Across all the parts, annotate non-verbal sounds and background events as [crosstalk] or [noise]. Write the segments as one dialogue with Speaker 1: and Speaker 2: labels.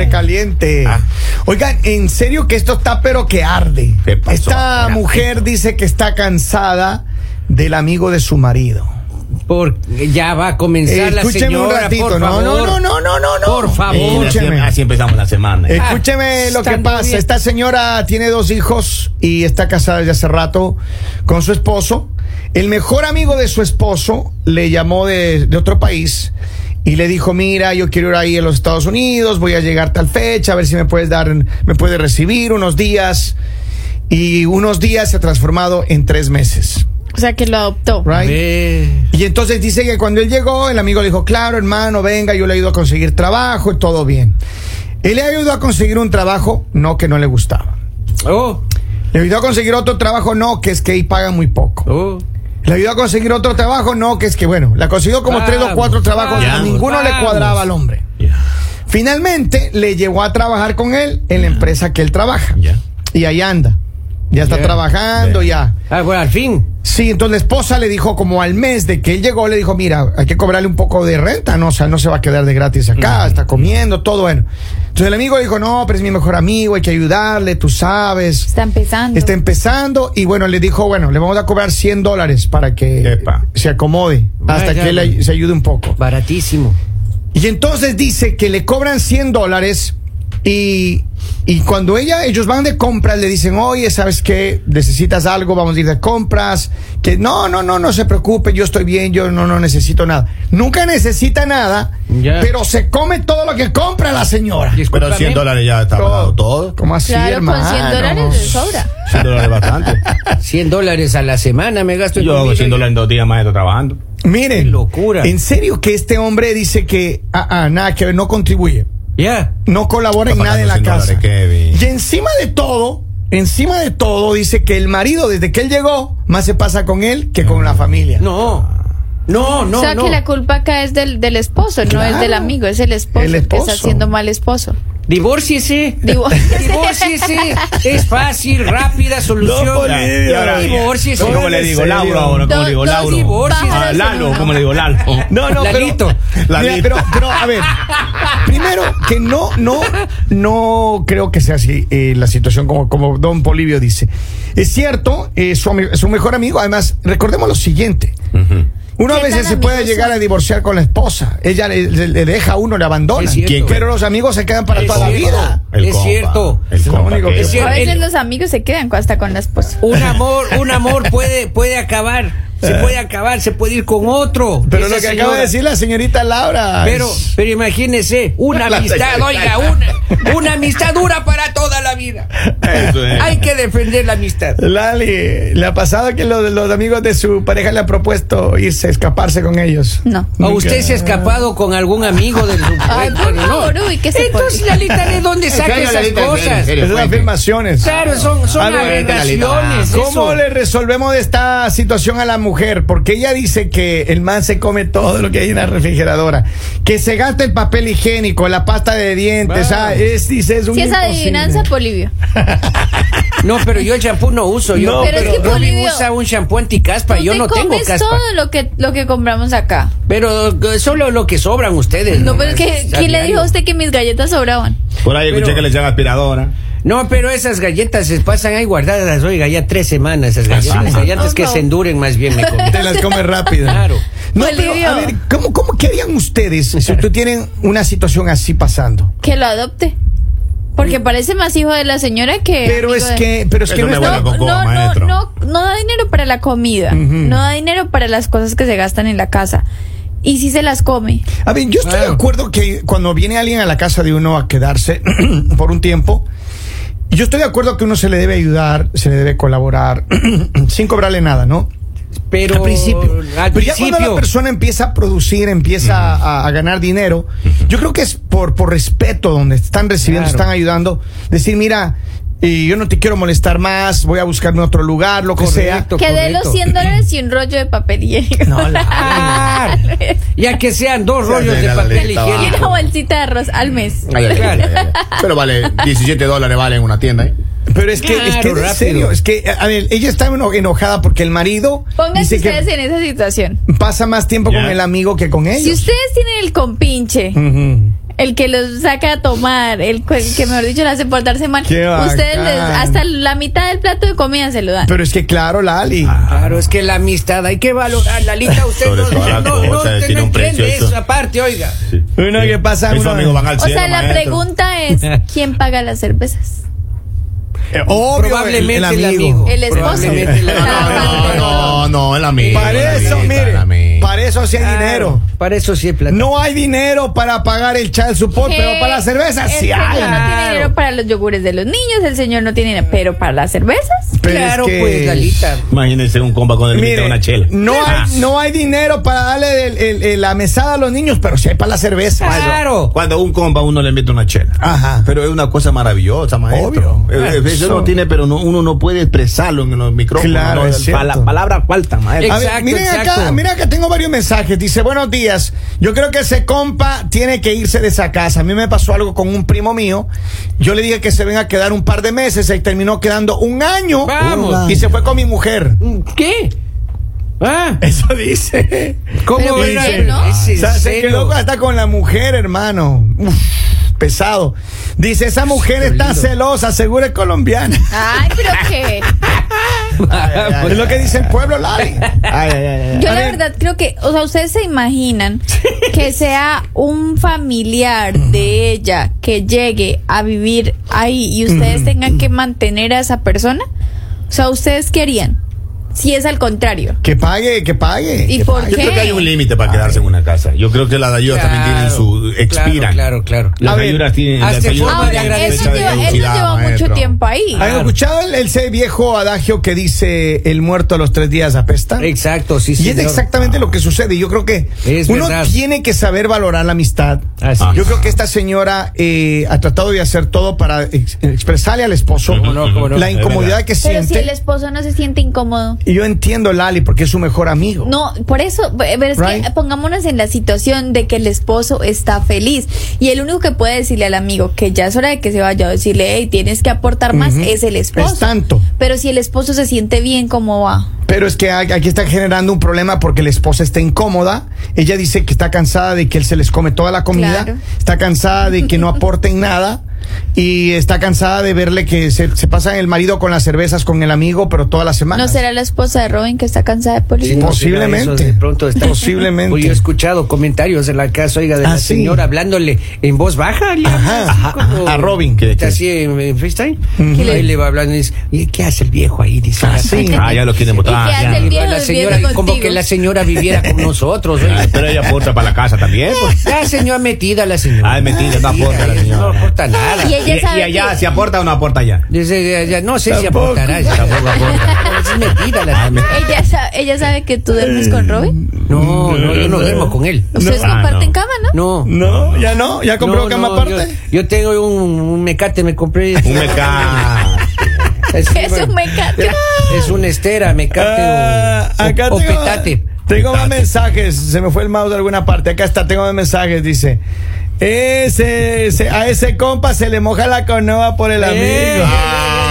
Speaker 1: diferente.
Speaker 2: Ah.
Speaker 1: Oigan, en serio que esto está pero que arde.
Speaker 2: ¿Qué pasó?
Speaker 1: Esta
Speaker 2: Mira,
Speaker 1: mujer dice que está cansada del amigo de su marido.
Speaker 3: Por, ya va a comenzar
Speaker 1: Eh,
Speaker 3: la
Speaker 1: escúcheme un
Speaker 3: señora,
Speaker 1: ratito,
Speaker 3: por
Speaker 1: no,
Speaker 3: favor.
Speaker 1: no, no, no, no, no.
Speaker 3: Por favor.
Speaker 1: Eh, Escúcheme.
Speaker 2: Así empezamos la semana.
Speaker 3: Eh,
Speaker 1: Escúcheme
Speaker 3: Ah,
Speaker 1: lo que
Speaker 3: están
Speaker 1: pasa.
Speaker 3: bien.
Speaker 1: Esta señora tiene dos hijos y está casada desde hace rato con su esposo. El mejor amigo de su esposo le llamó de, de otro país y le dijo, mira, yo quiero ir ahí a los Estados Unidos, voy a llegar tal fecha, a ver si me puedes dar, me puedes recibir unos días. Y unos días se ha transformado en tres meses.
Speaker 4: O sea, que lo adoptó.
Speaker 1: Right?
Speaker 3: Ve.
Speaker 1: Y entonces dice que cuando él llegó, el amigo le dijo, claro, hermano, venga, yo le ayudo a conseguir trabajo y todo bien. Él le ayudó a conseguir un trabajo, no, que no le gustaba.
Speaker 3: Oh,
Speaker 1: Le ayudó a conseguir otro trabajo, no, que es que ahí pagan muy poco.
Speaker 3: oh.
Speaker 1: Le ayudó a conseguir otro trabajo, no, que es que bueno, la consiguió como tres o
Speaker 3: Vamos,
Speaker 1: cuatro trabajos, a
Speaker 2: vamos,
Speaker 1: ninguno le
Speaker 3: vamos.
Speaker 1: cuadraba al hombre.
Speaker 2: Ya,
Speaker 1: Finalmente le llevó a trabajar con él en la empresa que él trabaja.
Speaker 2: ya.
Speaker 1: Y ahí anda. Ya está
Speaker 3: Bien,
Speaker 1: trabajando,
Speaker 2: bien.
Speaker 1: ya.
Speaker 3: Ah, bueno, al fin.
Speaker 1: Sí, entonces la esposa le dijo como al mes de que él llegó, le dijo, mira, hay que cobrarle un poco de renta, ¿no? O sea, no se va a quedar de gratis acá, está comiendo, todo bueno. Entonces el amigo dijo, no, pero es mi mejor amigo, hay que ayudarle, tú sabes.
Speaker 4: Está empezando.
Speaker 1: Está empezando y bueno, le dijo, bueno, le vamos a cobrar 100 dólares para que
Speaker 2: Epa.
Speaker 1: se acomode, hasta
Speaker 3: Vaya.
Speaker 1: que él ay- se ayude un poco.
Speaker 3: Baratísimo.
Speaker 1: Y entonces dice que le cobran 100 dólares y, y cuando ella, ellos van de compras, le dicen, oye, ¿sabes qué? ¿Necesitas algo? Vamos a ir de compras. Que no, no, no, no se preocupe, yo estoy bien, yo no, no necesito nada. Nunca necesita nada,
Speaker 3: Ya.
Speaker 1: pero se come todo lo que compra la señora.
Speaker 3: Discúlpame.
Speaker 2: Pero 100 dólares ya está pagado todo.
Speaker 1: ¿Cómo así,
Speaker 4: claro,
Speaker 1: hermano?
Speaker 4: con 100 dólares le sobra.
Speaker 2: 100 dólares es bastante.
Speaker 3: 100 dólares a la semana me gasto en
Speaker 2: Yo hago
Speaker 3: comida.
Speaker 2: 100 dólares en dos días más estoy trabajando.
Speaker 1: Miren,
Speaker 3: Qué locura.
Speaker 1: En serio que este hombre dice que, ah, ah, nada, que ver, no contribuye.
Speaker 3: Ya.
Speaker 1: no colabora en
Speaker 2: Está
Speaker 1: nada en la
Speaker 2: pagando 100
Speaker 1: casa.
Speaker 2: dólares, Kevin.
Speaker 1: Y encima de todo, encima de todo, dice que el marido, desde que él llegó, más se pasa con él que con la familia.
Speaker 3: No. No, no,
Speaker 4: o sea,
Speaker 3: no.
Speaker 4: que la culpa acá es del, del esposo, no
Speaker 1: Claro.
Speaker 4: es del amigo, es el esposo,
Speaker 1: El
Speaker 4: que
Speaker 1: esposo.
Speaker 4: está siendo mal esposo.
Speaker 3: Divórciese.
Speaker 1: [laughs]
Speaker 4: Digo, [laughs]
Speaker 3: Divórciese. es fácil, rápida solución.
Speaker 2: Bolivia, ahora bien.
Speaker 3: Divórciese.
Speaker 2: ¿Cómo le digo?
Speaker 1: Serio.
Speaker 2: Lauro ahora, ¿cómo
Speaker 4: Dos-
Speaker 2: le digo?
Speaker 4: dos
Speaker 2: Lauro.
Speaker 3: divorcios.
Speaker 2: Ah, Lalo, ¿cómo le digo? Lalo.
Speaker 1: No, no, pero-
Speaker 3: Lalito.
Speaker 2: La
Speaker 1: [laughs] Mira,
Speaker 2: lista.
Speaker 1: pero, pero, a ver, primero que no, no, no creo que sea así eh, la situación como, como Don Polivio dice. Es cierto, eh, su, ami- su mejor amigo, además, recordemos lo siguiente.
Speaker 2: Ujú.
Speaker 1: Uno a
Speaker 4: ¿Qué
Speaker 1: veces
Speaker 4: tan
Speaker 1: se puede
Speaker 4: amigos
Speaker 1: llegar
Speaker 4: son?
Speaker 1: a divorciar con la esposa. Ella le, le- le deja a uno, le abandona.
Speaker 3: Es cierto.
Speaker 1: Pero los amigos se quedan para
Speaker 3: Es
Speaker 1: toda la
Speaker 3: cierto.
Speaker 1: vida.
Speaker 2: El
Speaker 3: Es
Speaker 2: compa,
Speaker 3: cierto.
Speaker 2: El
Speaker 1: Es lo
Speaker 2: compa
Speaker 1: único
Speaker 2: que-
Speaker 1: que-
Speaker 3: Es
Speaker 4: a
Speaker 3: cierto.
Speaker 4: veces
Speaker 3: El-
Speaker 4: los amigos se quedan hasta con la esposa.
Speaker 3: Un amor, un amor puede, puede acabar. Se puede acabar, se puede ir con otro.
Speaker 1: Pero
Speaker 3: Esa
Speaker 1: lo que acaba
Speaker 3: señora.
Speaker 1: de decir la señorita Laura.
Speaker 3: Pero,
Speaker 1: es-
Speaker 3: pero imagínese,
Speaker 2: [laughs]
Speaker 3: una
Speaker 2: La
Speaker 3: amistad,
Speaker 2: señora.
Speaker 3: oiga, una, una amistad dura para toda la vida.
Speaker 2: Eso es.
Speaker 3: Hay que defender la amistad.
Speaker 1: Lali, ¿le ha pasado que los, los amigos de su pareja le han propuesto irse, escaparse con ellos?
Speaker 4: No.
Speaker 3: ¿O
Speaker 1: Nunca.
Speaker 3: usted se ha escapado con algún amigo
Speaker 4: [laughs]
Speaker 3: de su
Speaker 4: Ay, por
Speaker 3: Bueno, no.
Speaker 4: favor, uy, que se
Speaker 3: Entonces,
Speaker 4: pone.
Speaker 3: Lalita, ¿de dónde saca
Speaker 2: serio,
Speaker 3: esas
Speaker 2: Lalita, [laughs] en serio, en
Speaker 3: cosas?
Speaker 2: serio.
Speaker 1: Esas
Speaker 2: Cuente.
Speaker 1: afirmaciones.
Speaker 3: Claro, son, son
Speaker 1: A ver,
Speaker 3: agregaciones.
Speaker 1: ¿Cómo
Speaker 3: eso.
Speaker 1: le resolvemos de esta situación a la mujer? Porque ella dice que el man se come todo lo que hay en la refrigeradora, que se gasta el papel higiénico, la pasta de dientes,
Speaker 3: Wow.
Speaker 1: ah, es, dice, es un
Speaker 4: Si es
Speaker 1: imposible.
Speaker 4: adivinanza, Polivio.
Speaker 3: No, pero yo el champú no uso. Yo,
Speaker 1: No,
Speaker 3: pero
Speaker 1: Pero es
Speaker 4: que,
Speaker 3: Robin
Speaker 4: Polibio,
Speaker 3: usa un champú anticaspa.
Speaker 4: Tú
Speaker 3: Yo
Speaker 4: Pues
Speaker 3: no
Speaker 4: te
Speaker 3: tengo
Speaker 4: comes
Speaker 3: caspa.
Speaker 4: todo lo que, lo que compramos acá.
Speaker 3: Pero eh, solo lo que sobran ustedes.
Speaker 4: No, pero
Speaker 3: nomás,
Speaker 4: es que,
Speaker 3: a
Speaker 4: ¿quién le dijo
Speaker 3: diario.
Speaker 4: a usted que mis galletas sobraban?
Speaker 2: Por ahí escuché
Speaker 3: Pero-
Speaker 2: que le echan aspiradora.
Speaker 3: No, pero esas galletas se pasan ahí guardadas, oiga, ya tres semanas esas
Speaker 2: Ah,
Speaker 3: galletas. Esas galletas
Speaker 4: Oh,
Speaker 3: que
Speaker 4: no.
Speaker 3: se enduren más
Speaker 1: [laughs]
Speaker 3: bien
Speaker 4: pues.
Speaker 3: me comí.
Speaker 1: Te las come rápido.
Speaker 3: Claro.
Speaker 1: No, pero,
Speaker 4: Bolivio.
Speaker 1: a ver, ¿cómo, ¿cómo qué harían ustedes si tú tienen una situación así pasando?
Speaker 4: Que lo adopte. Porque parece más hijo de la señora que.
Speaker 1: Pero es
Speaker 4: amigo de-
Speaker 1: que, pero es
Speaker 2: Eso
Speaker 1: que no
Speaker 2: me
Speaker 1: es
Speaker 2: huele a
Speaker 1: tan-
Speaker 2: coco,
Speaker 4: no,
Speaker 2: maestro.
Speaker 4: No, no, no da dinero para la comida, no da dinero para las cosas que se gastan en la casa. Y si se las come.
Speaker 1: A ver, yo estoy
Speaker 3: Claro.
Speaker 1: de acuerdo que cuando viene alguien a la casa de uno a quedarse [clears throat] por un tiempo, yo estoy de acuerdo que uno se le debe ayudar, se le debe colaborar, [clears throat] sin cobrarle nada, ¿no?
Speaker 3: Pero
Speaker 1: al principio.
Speaker 3: al
Speaker 1: Pero ya cuando
Speaker 3: principio.
Speaker 1: la persona empieza a producir, empieza a, a ganar dinero, yo creo que es por, por respeto donde están recibiendo,
Speaker 3: Claro.
Speaker 1: están ayudando. Decir, mira, eh, yo no te quiero molestar más, voy a buscarme otro lugar, lo que sea.
Speaker 3: Correcto,
Speaker 4: Que dé
Speaker 3: correcto.
Speaker 4: los 100
Speaker 1: [clears throat]
Speaker 4: dólares y un rollo de papel higiénico.
Speaker 1: No, [laughs] la-
Speaker 4: [laughs]
Speaker 3: Ya que sean dos rollos de
Speaker 2: Ya,
Speaker 3: papel
Speaker 2: Lalita, va.
Speaker 4: y
Speaker 3: higiénico.
Speaker 4: una bolsita de arroz al mes.
Speaker 2: Ay, ay, ay, ay, ay. Pero vale, 17 dólares vale en una tienda. ¿eh?
Speaker 1: Pero es que, es que
Speaker 3: Claro,
Speaker 1: en
Speaker 3: rápido.
Speaker 1: serio, es que, a ver, ella está eno- enojada porque el marido
Speaker 4: Pónganse
Speaker 1: dice que
Speaker 4: ustedes en esa situación.
Speaker 1: pasa más tiempo
Speaker 2: Ya.
Speaker 1: con el amigo que con
Speaker 4: Si
Speaker 1: ellos. Mm.
Speaker 4: ustedes tienen el compinche
Speaker 1: Ujú.
Speaker 4: el que los saca a tomar, el, cu- el que mejor dicho lo hace portarse mal,
Speaker 1: Qué
Speaker 4: ustedes les,
Speaker 1: bacán.
Speaker 4: hasta la mitad del plato de comida se lo dan.
Speaker 1: Pero es que claro, Lali.
Speaker 3: Claro, es que la amistad hay que valorar. Lalita, usted
Speaker 2: Sobre
Speaker 3: no,
Speaker 2: todo
Speaker 3: no,
Speaker 2: la
Speaker 3: no,
Speaker 2: cosa,
Speaker 3: usted
Speaker 2: tiene
Speaker 3: no
Speaker 2: un precio
Speaker 3: entiende
Speaker 2: eso.
Speaker 3: esa parte, oiga.
Speaker 2: Sí.
Speaker 1: Bueno, ¿qué pasa?
Speaker 2: Esos
Speaker 1: Uno-
Speaker 2: amigos van al
Speaker 4: o
Speaker 2: cielo,
Speaker 4: sea, la
Speaker 2: maestro.
Speaker 1: [laughs]
Speaker 4: pregunta es, ¿quién paga las cervezas?
Speaker 1: Eh, obvio,
Speaker 3: Probablemente el amigo.
Speaker 4: El esposo.
Speaker 1: [laughs]
Speaker 3: Probablemente el
Speaker 2: No,
Speaker 3: amigo.
Speaker 2: no, no, no, no, el amigo.
Speaker 1: Para
Speaker 2: el
Speaker 1: eso,
Speaker 2: amigo, el
Speaker 1: mire.
Speaker 2: amigo.
Speaker 1: Para eso sí hay
Speaker 3: Claro,
Speaker 1: dinero.
Speaker 3: Para eso sí es plata.
Speaker 1: No hay dinero para pagar el child support,
Speaker 4: Que
Speaker 1: pero para la cerveza
Speaker 4: el
Speaker 1: sí
Speaker 4: señor
Speaker 1: hay.
Speaker 4: no tiene dinero para los yogures de los niños, el señor no tiene dinero, pero para las cervezas.
Speaker 1: Pero es
Speaker 3: claro,
Speaker 1: que-
Speaker 3: pues, Lalita.
Speaker 2: Imagínense un compa con el que
Speaker 1: Mire,
Speaker 2: una chela.
Speaker 1: no
Speaker 2: Ah,
Speaker 1: hay, no hay dinero para darle el- el- el- la mesada a los niños, pero sí hay para la cerveza.
Speaker 3: Claro.
Speaker 2: Cuando un compa uno le mete una chela.
Speaker 1: Ajá.
Speaker 2: Ah, Pero es una cosa maravillosa, maestro.
Speaker 1: Obvio.
Speaker 2: Eh, eh, Eso
Speaker 1: Eso.
Speaker 2: no tiene, pero no- uno no puede expresarlo en los micrófonos.
Speaker 1: Claro,
Speaker 2: No,
Speaker 1: es
Speaker 2: pa-
Speaker 1: cierto.
Speaker 2: Las palabras faltan,
Speaker 4: Eh,
Speaker 2: maestro.
Speaker 1: A ver,
Speaker 3: Exacto,
Speaker 1: miren acá,
Speaker 3: exacto.
Speaker 1: miren acá, tengo varios mensajes. Dice, buenos días. Yo creo que ese compa tiene que irse de esa casa. A mí me pasó algo con un primo mío. Yo le dije que se venga a quedar un par de meses. Se terminó quedando un año.
Speaker 3: Vamos.
Speaker 1: Y se fue con mi
Speaker 3: [laughs]
Speaker 1: mujer.
Speaker 3: ¿Qué? Ah,
Speaker 1: Eso dice.
Speaker 3: ¿cómo
Speaker 4: Pero
Speaker 3: era?
Speaker 4: bien, ¿no?
Speaker 3: Es
Speaker 1: O
Speaker 3: en
Speaker 1: sea, se
Speaker 3: serio. [laughs]
Speaker 1: quedó hasta con la mujer, hermano. Uf, pesado. Dice, esa mujer está celosa, seguro es
Speaker 3: [laughs]
Speaker 1: colombiana.
Speaker 4: Ay, pero
Speaker 1: [laughs]
Speaker 4: qué.
Speaker 3: Vamos.
Speaker 1: es lo que dice el pueblo, Lali.
Speaker 4: Yo
Speaker 1: A
Speaker 4: la
Speaker 1: ver.
Speaker 4: verdad creo que, o sea, ustedes se
Speaker 1: [laughs]
Speaker 4: imaginan que sea un familiar de ella que llegue a vivir ahí y ustedes tengan que mantener a esa persona. O sea, ustedes qué harían si es al contrario.
Speaker 1: Que pague, que pague.
Speaker 4: ¿Y
Speaker 1: que
Speaker 4: por
Speaker 1: pague.
Speaker 2: Yo creo que hay un límite para quedarse en una casa. Yo creo que las ayudas también tienen su. expiran.
Speaker 3: Claro, claro. claro.
Speaker 2: Las
Speaker 1: A ver,
Speaker 2: ayudas tienen. las
Speaker 3: hazte
Speaker 2: ayudas
Speaker 3: forma de
Speaker 4: Ahora,
Speaker 2: tienen
Speaker 3: agradecer.
Speaker 4: eso
Speaker 2: fecha de
Speaker 4: lleva, eso
Speaker 2: caducidad,
Speaker 4: lleva mucho
Speaker 2: maestro.
Speaker 4: tiempo ahí.
Speaker 1: ¿Han escuchado el, el ese viejo adagio que dice el muerto a los tres días apesta?
Speaker 3: Exacto, sí, sí.
Speaker 1: Y es exactamente lo que sucede. Yo creo que
Speaker 3: Es
Speaker 1: uno
Speaker 3: verdad.
Speaker 1: tiene que saber valorar la amistad.
Speaker 3: Así
Speaker 1: Yo
Speaker 3: es.
Speaker 1: creo que esta señora eh, ha tratado de hacer todo para ex- expresarle al esposo
Speaker 3: Cómo no, cómo no.
Speaker 1: la
Speaker 2: Es
Speaker 1: incomodidad
Speaker 2: verdad.
Speaker 1: que
Speaker 4: Pero si
Speaker 1: siente.
Speaker 4: el esposo no se siente incómodo.
Speaker 1: Y yo entiendo a Lali porque es su mejor amigo.
Speaker 4: No, por eso, pero es
Speaker 1: Right.
Speaker 4: que pongámonos en la situación de que el esposo está feliz y el único que puede decirle al amigo que ya es hora de que se vaya o decirle, hey, tienes que aportar más,
Speaker 1: Ujú.
Speaker 4: es el esposo.
Speaker 1: Es tanto.
Speaker 4: Pero si el esposo se siente bien, ¿cómo va?
Speaker 1: Pero es que a- aquí está generando un problema porque la esposa está incómoda. Ella dice que está cansada de que él se les come toda la comida.
Speaker 4: Claro.
Speaker 1: Está cansada de
Speaker 4: [laughs]
Speaker 1: que no aporten nada. Y está cansada de verle que se, se pasa el marido con las cervezas con el amigo, pero toda la semana.
Speaker 4: ¿No será la esposa de Robin que está cansada de
Speaker 3: Sí,
Speaker 4: policía?
Speaker 3: no,
Speaker 1: Posiblemente.
Speaker 3: será eso, de pronto está-
Speaker 1: Posiblemente.
Speaker 3: Pues yo he escuchado comentarios en la casa, oiga, de
Speaker 1: Ah,
Speaker 3: la
Speaker 1: sí.
Speaker 3: señora hablándole en voz baja. le
Speaker 1: Ajá,
Speaker 3: habla así
Speaker 1: ajá,
Speaker 3: como-
Speaker 1: a Robin, que-
Speaker 3: Está así en, en FaceTime.
Speaker 4: ¿Qué le-
Speaker 3: Ahí le va hablando y dice, "¿Y qué hace el viejo ahí? Dice,
Speaker 1: Ah,
Speaker 3: "Ah,
Speaker 1: sí.
Speaker 2: Ah, ya lo quieren
Speaker 4: ¿Y
Speaker 2: votar.
Speaker 4: qué
Speaker 2: Ah,
Speaker 4: hace
Speaker 2: ya.
Speaker 4: el
Speaker 3: Pero
Speaker 4: viejo
Speaker 3: la
Speaker 4: viviendo
Speaker 3: señora, como
Speaker 4: contigo?
Speaker 3: que la señora viviera
Speaker 1: [laughs]
Speaker 3: con nosotros.
Speaker 2: Ah,
Speaker 3: oiga.
Speaker 2: Pero ella aporta para la casa también. pues.
Speaker 3: La señora metida, la señora.
Speaker 1: Ah,
Speaker 2: Ay, metida, no aporta la
Speaker 3: No
Speaker 2: señora.
Speaker 3: aporta nada.
Speaker 4: Y ella sabe
Speaker 2: allá,
Speaker 4: que-
Speaker 2: ¿se aporta o no aporta allá?
Speaker 3: Dice, ya, ya, no sé
Speaker 2: Tampoco.
Speaker 3: si aportará.
Speaker 2: Tampoco aporta.
Speaker 3: Pero Es metida la señora.
Speaker 4: ¿Ella, sa- ella sabe que tú duermes con Robin.
Speaker 3: No, no, yo no duermo con él.
Speaker 4: Ustedes
Speaker 2: Ah,
Speaker 4: comparten
Speaker 2: no.
Speaker 4: cama, ¿no?
Speaker 3: No.
Speaker 1: No, ya no, ya compró
Speaker 3: No,
Speaker 1: cama
Speaker 3: no,
Speaker 1: aparte.
Speaker 3: Yo, yo tengo un, un mecate, me compré.
Speaker 2: Un meca.
Speaker 3: [laughs] Es,
Speaker 4: [laughs] Es un mecate.
Speaker 3: Es un estera, mecate
Speaker 1: Ah,
Speaker 3: o,
Speaker 1: acá
Speaker 3: o- o
Speaker 1: tengo,
Speaker 3: petate.
Speaker 1: tengo más
Speaker 2: Petate.
Speaker 1: mensajes. Se me fue el mouse de alguna parte. Acá está, tengo más mensajes. Dice: ese, ese- A ese compa se le moja la canoa por el amigo.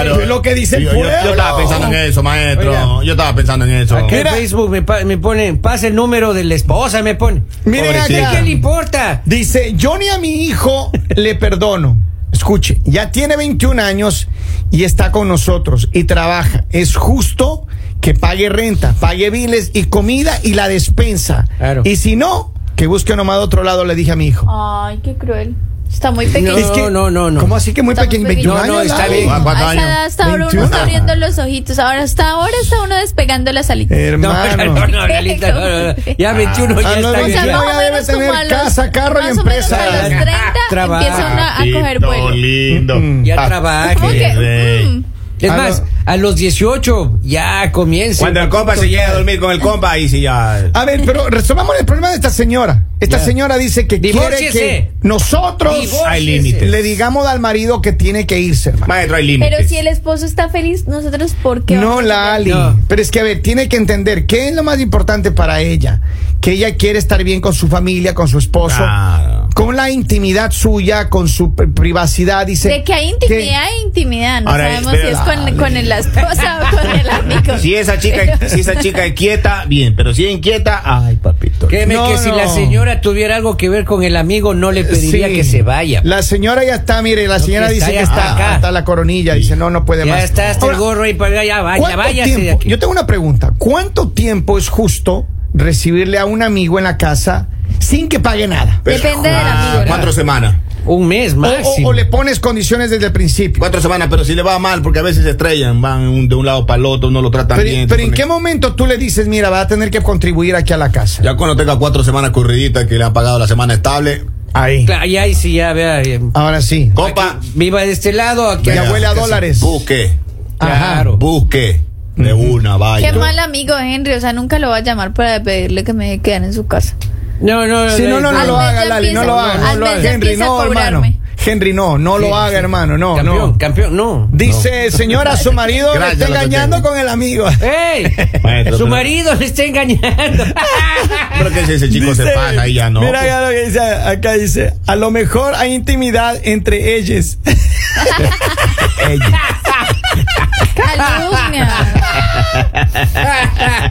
Speaker 2: Claro.
Speaker 1: Es lo que dice el
Speaker 2: Yo- yo- Yo,
Speaker 1: pueblo.
Speaker 2: estaba pensando en eso, maestro.
Speaker 3: Oiga.
Speaker 2: Yo estaba pensando en eso.
Speaker 3: Acá en
Speaker 1: Mira.
Speaker 3: Facebook me, pa- me pone, pasa el número de la esposa, me pone.
Speaker 1: Miren
Speaker 2: Pobrecito.
Speaker 1: acá.
Speaker 3: ¿Qué le importa?
Speaker 1: Dice, yo ni a mi hijo le perdono. Escuche, ya tiene 21 años y está con nosotros y trabaja. Es justo que pague renta, pague biles y comida y la despensa.
Speaker 3: Claro.
Speaker 1: Y si no, que busque nomás de otro lado, le dije a mi hijo.
Speaker 4: Ay, qué cruel. Está muy pequeño.
Speaker 3: Es que- no, no, no.
Speaker 1: ¿Cómo así que muy
Speaker 4: Está muy
Speaker 1: pequeño?
Speaker 4: pequeño.
Speaker 1: 21
Speaker 3: No, no,
Speaker 1: años.
Speaker 3: está
Speaker 1: Lalo.
Speaker 3: bien.
Speaker 2: ¿Cuántos
Speaker 4: A esa
Speaker 2: años?
Speaker 4: edad hasta ahora uno
Speaker 1: 21.
Speaker 4: está abriendo los ojitos. Ahora hasta ahora está uno despegando las alitas.
Speaker 3: No,
Speaker 1: Hermano.
Speaker 3: [laughs] no, no, Lalita, no, no, no. Ya 21
Speaker 1: Ah,
Speaker 3: ya
Speaker 1: no,
Speaker 3: está.
Speaker 1: no,
Speaker 3: bien.
Speaker 1: ya no, ya debe tener casa, carro y
Speaker 4: más o menos
Speaker 1: empresa.
Speaker 4: a los 30
Speaker 3: Trabaja.
Speaker 4: empieza uno a, a coger
Speaker 2: Tito
Speaker 4: vuelo. Mm,
Speaker 2: lindo.
Speaker 3: Ya
Speaker 2: Ah,
Speaker 3: trabaje.
Speaker 4: ¿Cómo que?
Speaker 2: rey.
Speaker 4: Mm.
Speaker 3: Es
Speaker 1: Ah,
Speaker 3: más,
Speaker 1: no.
Speaker 3: a los 18 ya comienza.
Speaker 2: Cuando el compa se llega a dormir con el compa, ahí sí ya.
Speaker 1: A ver, pero resolvamos el problema de esta señora. Esta
Speaker 3: Ya.
Speaker 1: señora dice que quiere que
Speaker 3: Divórciese.
Speaker 1: nosotros
Speaker 3: Divórciese.
Speaker 2: Hay límites.
Speaker 1: le digamos al marido que tiene que irse, hermano.
Speaker 2: Maestro, hay límites.
Speaker 4: Pero si el esposo está feliz, nosotros ¿por qué?
Speaker 1: No,
Speaker 4: vamos a
Speaker 1: Lali.
Speaker 3: No.
Speaker 1: Pero es que, a ver, tiene que entender qué es lo más importante para ella. Que ella quiere estar bien con su familia, con su esposo.
Speaker 3: Ah.
Speaker 2: Claro.
Speaker 1: con la intimidad suya, con su pri- privacidad, dice.
Speaker 4: De que hay intimidad, hay intimidad. No
Speaker 2: Ahora,
Speaker 4: sabemos si es
Speaker 2: espera.
Speaker 4: con, con el- la esposa o con el amigo.
Speaker 2: Si esa chica, si esa chica es quieta, bien, pero si es inquieta, ay, papito.
Speaker 3: Créeme
Speaker 1: No,
Speaker 3: que si
Speaker 1: no.
Speaker 3: la señora tuviera algo que ver con el amigo, no le pediría
Speaker 1: Sí.
Speaker 3: que se vaya.
Speaker 1: La señora ya está, mire, la
Speaker 3: No,
Speaker 1: señora
Speaker 3: que está,
Speaker 1: dice
Speaker 3: ya
Speaker 1: que
Speaker 3: está
Speaker 1: está
Speaker 3: acá.
Speaker 1: hasta la coronilla, dice, no, no puede
Speaker 3: ya
Speaker 1: más.
Speaker 3: está hasta
Speaker 1: Ahora,
Speaker 3: el gorro ahí para allá, ya vaya,
Speaker 1: ¿cuánto
Speaker 3: váyase de
Speaker 1: tiempo?
Speaker 3: aquí.
Speaker 1: Yo tengo una pregunta. ¿Cuánto tiempo es justo recibirle a un amigo en la casa sin que pague nada?
Speaker 2: Pero-
Speaker 4: Depende del amigo, ¿no?
Speaker 2: Cuatro semanas.
Speaker 3: Un mes
Speaker 1: O, o-
Speaker 3: máximo.
Speaker 1: o le pones condiciones desde el principio.
Speaker 2: Cuatro semanas, pero si le va mal, porque a veces se estrellan, van un- de un lado para el otro, no lo tratan
Speaker 1: Pero,
Speaker 2: bien.
Speaker 1: pero
Speaker 2: te
Speaker 1: ¿en
Speaker 2: ponen-
Speaker 1: qué momento tú le dices, mira, va a tener que contribuir aquí a la casa?
Speaker 2: Ya cuando tenga cuatro semanas corriditas que le han pagado la semana estable,
Speaker 1: Ahí.
Speaker 3: Claro, y ahí sí, ya vea. eh,
Speaker 1: Ahora sí.
Speaker 2: compa,
Speaker 3: Viva de este lado, aquí.
Speaker 1: Ya
Speaker 2: vea,
Speaker 1: huele a
Speaker 2: que se
Speaker 1: dólares.
Speaker 2: Busque,
Speaker 3: Claro.
Speaker 2: busque de una, vaya.
Speaker 4: Qué mal amigo Henry, o sea, nunca lo va a llamar para pedirle que me deje quedar en
Speaker 1: [laughs]
Speaker 4: su casa.
Speaker 3: No, no, no.
Speaker 1: Sí, no, no, no
Speaker 4: Al
Speaker 1: lo
Speaker 4: mes
Speaker 1: haga,
Speaker 4: ya
Speaker 1: Lali, no
Speaker 4: empieza-
Speaker 1: lo haga. no
Speaker 4: al
Speaker 1: lo
Speaker 4: mes
Speaker 1: haga.
Speaker 4: ya
Speaker 1: Henry,
Speaker 4: empieza a
Speaker 1: no, hermano.
Speaker 4: cobrarme.
Speaker 1: Henry, no, no
Speaker 3: Sí,
Speaker 1: lo haga,
Speaker 3: sí.
Speaker 1: hermano, no,
Speaker 3: Campeón,
Speaker 1: no.
Speaker 3: campeón, no.
Speaker 1: Dice, señora, su marido le
Speaker 2: [laughs] Gracias,
Speaker 1: está
Speaker 2: lo que
Speaker 1: engañando
Speaker 2: tengo.
Speaker 1: con el amigo. [laughs]
Speaker 3: ¡Ey!
Speaker 2: Maestro,
Speaker 3: Su
Speaker 2: pero-
Speaker 3: marido le está engañando. [laughs]
Speaker 2: Pero que si ese chico
Speaker 1: [laughs]
Speaker 2: se
Speaker 1: Dice,
Speaker 2: pasa, ahí ya no.
Speaker 1: Mira acá lo que dice, acá dice, a lo mejor hay intimidad entre
Speaker 2: [laughs]
Speaker 1: ellas.
Speaker 4: Calumnia.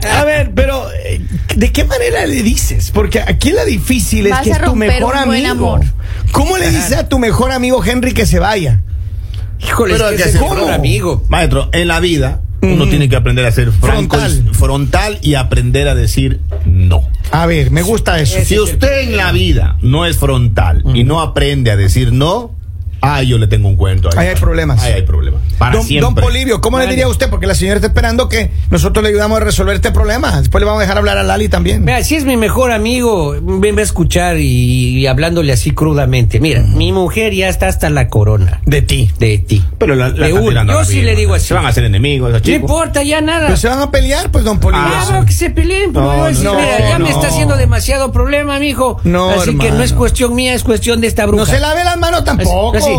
Speaker 1: A ver, pero eh, ¿de qué manera le dices? Porque aquí la difícil es
Speaker 4: Vas
Speaker 1: que
Speaker 4: a
Speaker 1: es tu
Speaker 4: romper
Speaker 1: mejor
Speaker 4: un buen
Speaker 1: amigo.
Speaker 4: amor.
Speaker 1: ¿Cómo le dices a tu mejor amigo Henry que se vaya?
Speaker 3: Híjole,
Speaker 2: pues. Pero
Speaker 3: es que
Speaker 2: que
Speaker 3: es
Speaker 2: se-
Speaker 3: el mejor
Speaker 2: ¿cómo?
Speaker 3: amigo.
Speaker 2: Maestro, en la vida uno tiene que aprender a ser franco, y-
Speaker 1: Frontal.
Speaker 2: frontal y aprender a decir no.
Speaker 1: A ver, me gusta eso.
Speaker 2: Si usted en la vida no es frontal y no aprende a decir no, ah, yo le tengo un cuento.
Speaker 1: Ahí hay problemas.
Speaker 2: Ahí hay problemas. Para
Speaker 1: Don,
Speaker 2: siempre.
Speaker 1: don Polivio, ¿cómo le
Speaker 3: Vale.
Speaker 1: diría a usted? Porque la señora está esperando que nosotros le ayudamos a resolver este problema. Después le vamos a dejar hablar a Lali también.
Speaker 3: Mira, si es mi mejor amigo, me va a escuchar y, y hablándole así crudamente. Mira, mi mujer ya está hasta la corona
Speaker 1: De ti.
Speaker 3: de ti.
Speaker 2: Pero la, la
Speaker 3: De
Speaker 2: están
Speaker 3: un-
Speaker 2: tirando a
Speaker 3: yo
Speaker 2: la
Speaker 3: sí
Speaker 2: vida,
Speaker 3: le digo
Speaker 2: ¿no?
Speaker 3: así.
Speaker 2: Se van a hacer enemigos esos
Speaker 3: No
Speaker 2: chicos.
Speaker 3: importa, ya nada.
Speaker 1: Pero se van a pelear, pues, don Polivio.
Speaker 3: Claro que se peleen, pero
Speaker 1: No,
Speaker 3: yo voy a decir,
Speaker 1: no,
Speaker 3: mira, ya
Speaker 1: no.
Speaker 3: me está haciendo demasiado problema, mijo.
Speaker 1: No,
Speaker 3: Así que no es
Speaker 1: hermano.
Speaker 3: cuestión mía, es cuestión de esta bruja.
Speaker 1: No se lave las manos
Speaker 3: Así-
Speaker 1: tampoco.
Speaker 3: así,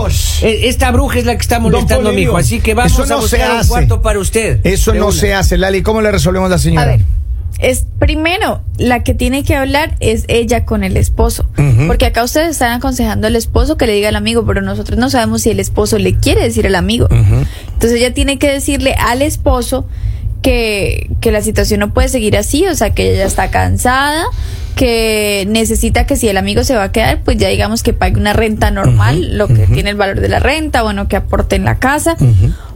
Speaker 3: e- esta bruja es la que está molestando,
Speaker 1: Polibio,
Speaker 3: mijo. Así que
Speaker 1: eso
Speaker 3: vamos
Speaker 1: no
Speaker 3: a
Speaker 1: se
Speaker 3: buscar un
Speaker 1: hace.
Speaker 3: cuarto para usted.
Speaker 1: Eso
Speaker 3: De
Speaker 1: no
Speaker 3: una.
Speaker 1: se hace, Lali. ¿Cómo le resolvemos a la señora?
Speaker 4: A ver, es primero la que tiene que hablar es ella con el esposo,
Speaker 1: Ujú.
Speaker 4: porque acá ustedes están aconsejando al esposo que le diga al amigo, pero nosotros no sabemos si el esposo le quiere decir al amigo. Entonces ella tiene que decirle al esposo que, que la situación no puede seguir así, o sea, que ella ya está cansada, que necesita que si el amigo se va a quedar, pues ya digamos que pague una renta normal, lo que tiene el valor de la renta, bueno, que aporte en la casa,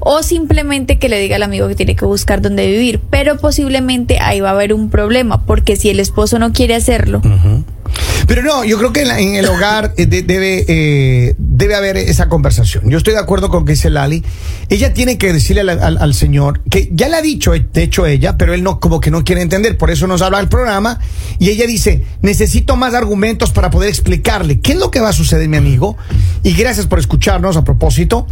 Speaker 4: o simplemente que le diga al amigo que tiene que buscar dónde vivir, pero posiblemente ahí va a haber un problema, porque si el esposo no quiere hacerlo,
Speaker 1: Pero no, yo creo que en, la- en el hogar eh, de- debe, eh, debe haber esa conversación. Yo estoy de acuerdo con lo que dice Lali. Ella tiene que decirle al, al- al señor, que ya le ha dicho, eh, de hecho, ella, pero él no, como que no quiere entender, por eso nos habla el programa. Y ella dice, necesito más argumentos para poder explicarle qué es lo que va a suceder, mi amigo. Y gracias por escucharnos a propósito,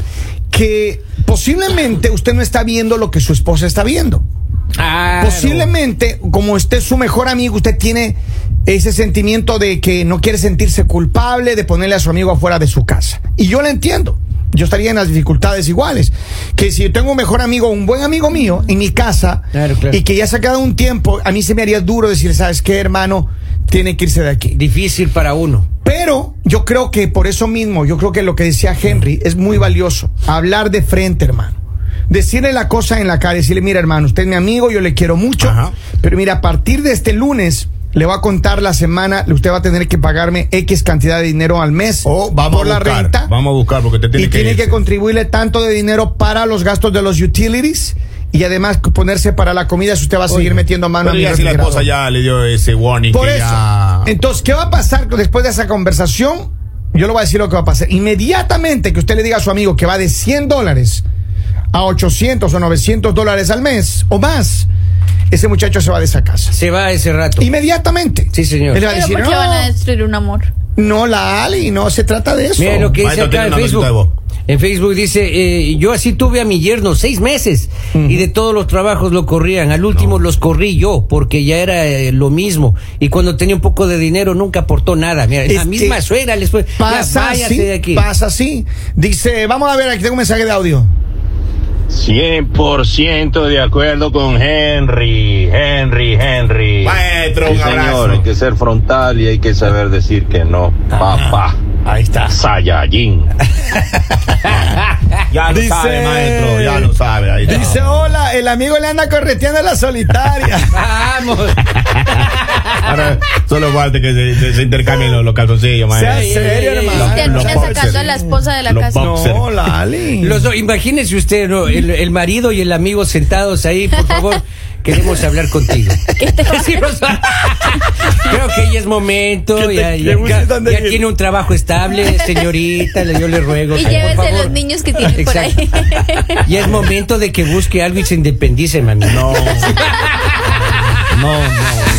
Speaker 1: que posiblemente usted no está viendo lo que su esposa está viendo.
Speaker 3: Claro.
Speaker 1: Posiblemente, como usted es su mejor amigo, usted tiene ese sentimiento de que no quiere sentirse culpable de ponerle a su amigo afuera de su casa. Y yo lo entiendo. Yo estaría en las dificultades iguales. Que si yo tengo un mejor amigo, un buen amigo mío en mi casa,
Speaker 3: Claro, claro.
Speaker 1: y que ya se ha quedado un tiempo, a mí se me haría duro decir, ¿sabes qué, hermano? Tiene que irse de aquí.
Speaker 3: Difícil para uno.
Speaker 1: Pero yo creo que por eso mismo, yo creo que lo que decía Henry es muy valioso. Hablar de frente, hermano. Decirle la cosa en la cara, decirle, mira, hermano, usted es mi amigo, yo le quiero mucho.
Speaker 2: Ajá.
Speaker 1: Pero mira, a partir de este lunes, le va a contar la semana, usted va a tener que pagarme X cantidad de dinero al mes
Speaker 2: O Oh, vamos
Speaker 1: por
Speaker 2: a
Speaker 1: la
Speaker 2: buscar,
Speaker 1: renta.
Speaker 2: Vamos a buscar porque te tiene
Speaker 1: y
Speaker 2: que
Speaker 1: tiene que
Speaker 2: irse.
Speaker 1: contribuirle tanto de dinero para los gastos de los utilities y además ponerse para la comida si usted va a seguir metiendo mano a
Speaker 2: Pero
Speaker 1: mi
Speaker 2: ya si la
Speaker 1: refrigerador.
Speaker 2: esposa ya le dio ese warning
Speaker 1: Por
Speaker 2: que
Speaker 1: eso.
Speaker 2: ya-
Speaker 1: Entonces, ¿qué va a pasar después de esa conversación? Yo le voy a decir lo que va a pasar. Inmediatamente que usted le diga a su amigo que va de 100 dólares a 800 o 900 dólares al mes o más, ese muchacho se va de esa casa.
Speaker 3: Se va ese rato.
Speaker 1: Inmediatamente.
Speaker 3: Sí, señor.
Speaker 1: Él le va a
Speaker 4: pero
Speaker 1: decir,
Speaker 4: ¿por qué van a
Speaker 1: no,
Speaker 4: destruir un amor?
Speaker 1: no, la Ali, no se trata de eso.
Speaker 3: Mira lo que dice
Speaker 2: Maestro,
Speaker 3: acá
Speaker 2: tiene
Speaker 3: en
Speaker 2: una
Speaker 3: Facebook.
Speaker 2: notita de voz.
Speaker 3: En Facebook dice, eh, yo así tuve a mi yerno seis meses y de todos los trabajos lo corrían. Al último los corrí yo porque ya era eh, lo mismo. Y cuando tenía un poco de dinero nunca aportó nada. Mira,
Speaker 1: Es
Speaker 3: la
Speaker 1: que
Speaker 3: misma suegra les fue. ya,
Speaker 1: Pasa
Speaker 3: váyase
Speaker 1: así,
Speaker 3: de aquí.
Speaker 1: pasa así. Dice, vamos a ver, aquí tengo un mensaje de audio.
Speaker 5: 100% de acuerdo con Henry, Henry, Henry.
Speaker 2: Maestro,
Speaker 5: Sí,
Speaker 2: un abrazo.
Speaker 5: señor, hay que ser frontal y hay que saber decir que no, papá.
Speaker 1: Ahí está.
Speaker 5: Saiyajin.
Speaker 2: Ya lo
Speaker 1: Dice-
Speaker 2: sabe, maestro, ya lo sabe. Ahí está.
Speaker 1: Dice, hola, el amigo le anda correteando a la solitaria. [laughs]
Speaker 3: Vamos.
Speaker 2: Ahora solo falta que se, se- se intercambien los, los calzoncillos,
Speaker 1: sea
Speaker 2: maestro.
Speaker 3: sí,
Speaker 1: serio,
Speaker 3: ey, ey,
Speaker 1: hermano.
Speaker 4: Y
Speaker 2: Los-
Speaker 4: termina
Speaker 2: los boxers.
Speaker 4: sacando a la esposa de la
Speaker 2: Los
Speaker 4: casa.
Speaker 2: boxers.
Speaker 1: No, Lali.
Speaker 3: Los dos, imagínese usted, ¿no? el, el marido y el amigo sentados ahí, por favor, queremos hablar contigo. [laughs] Sí, o sea, Creo que ya es momento,
Speaker 1: Que te-
Speaker 3: ya,
Speaker 1: que
Speaker 3: ya-
Speaker 1: busques
Speaker 3: ya-
Speaker 1: dónde
Speaker 3: ya
Speaker 1: ir.
Speaker 3: tiene un trabajo estable, señorita, le- yo le ruego.
Speaker 4: Y
Speaker 3: por
Speaker 4: llévese
Speaker 3: favor.
Speaker 4: los niños que tiene por ahí.
Speaker 3: Exacto. Ya es momento de que busque algo y se independice, mami.
Speaker 2: No. No, no.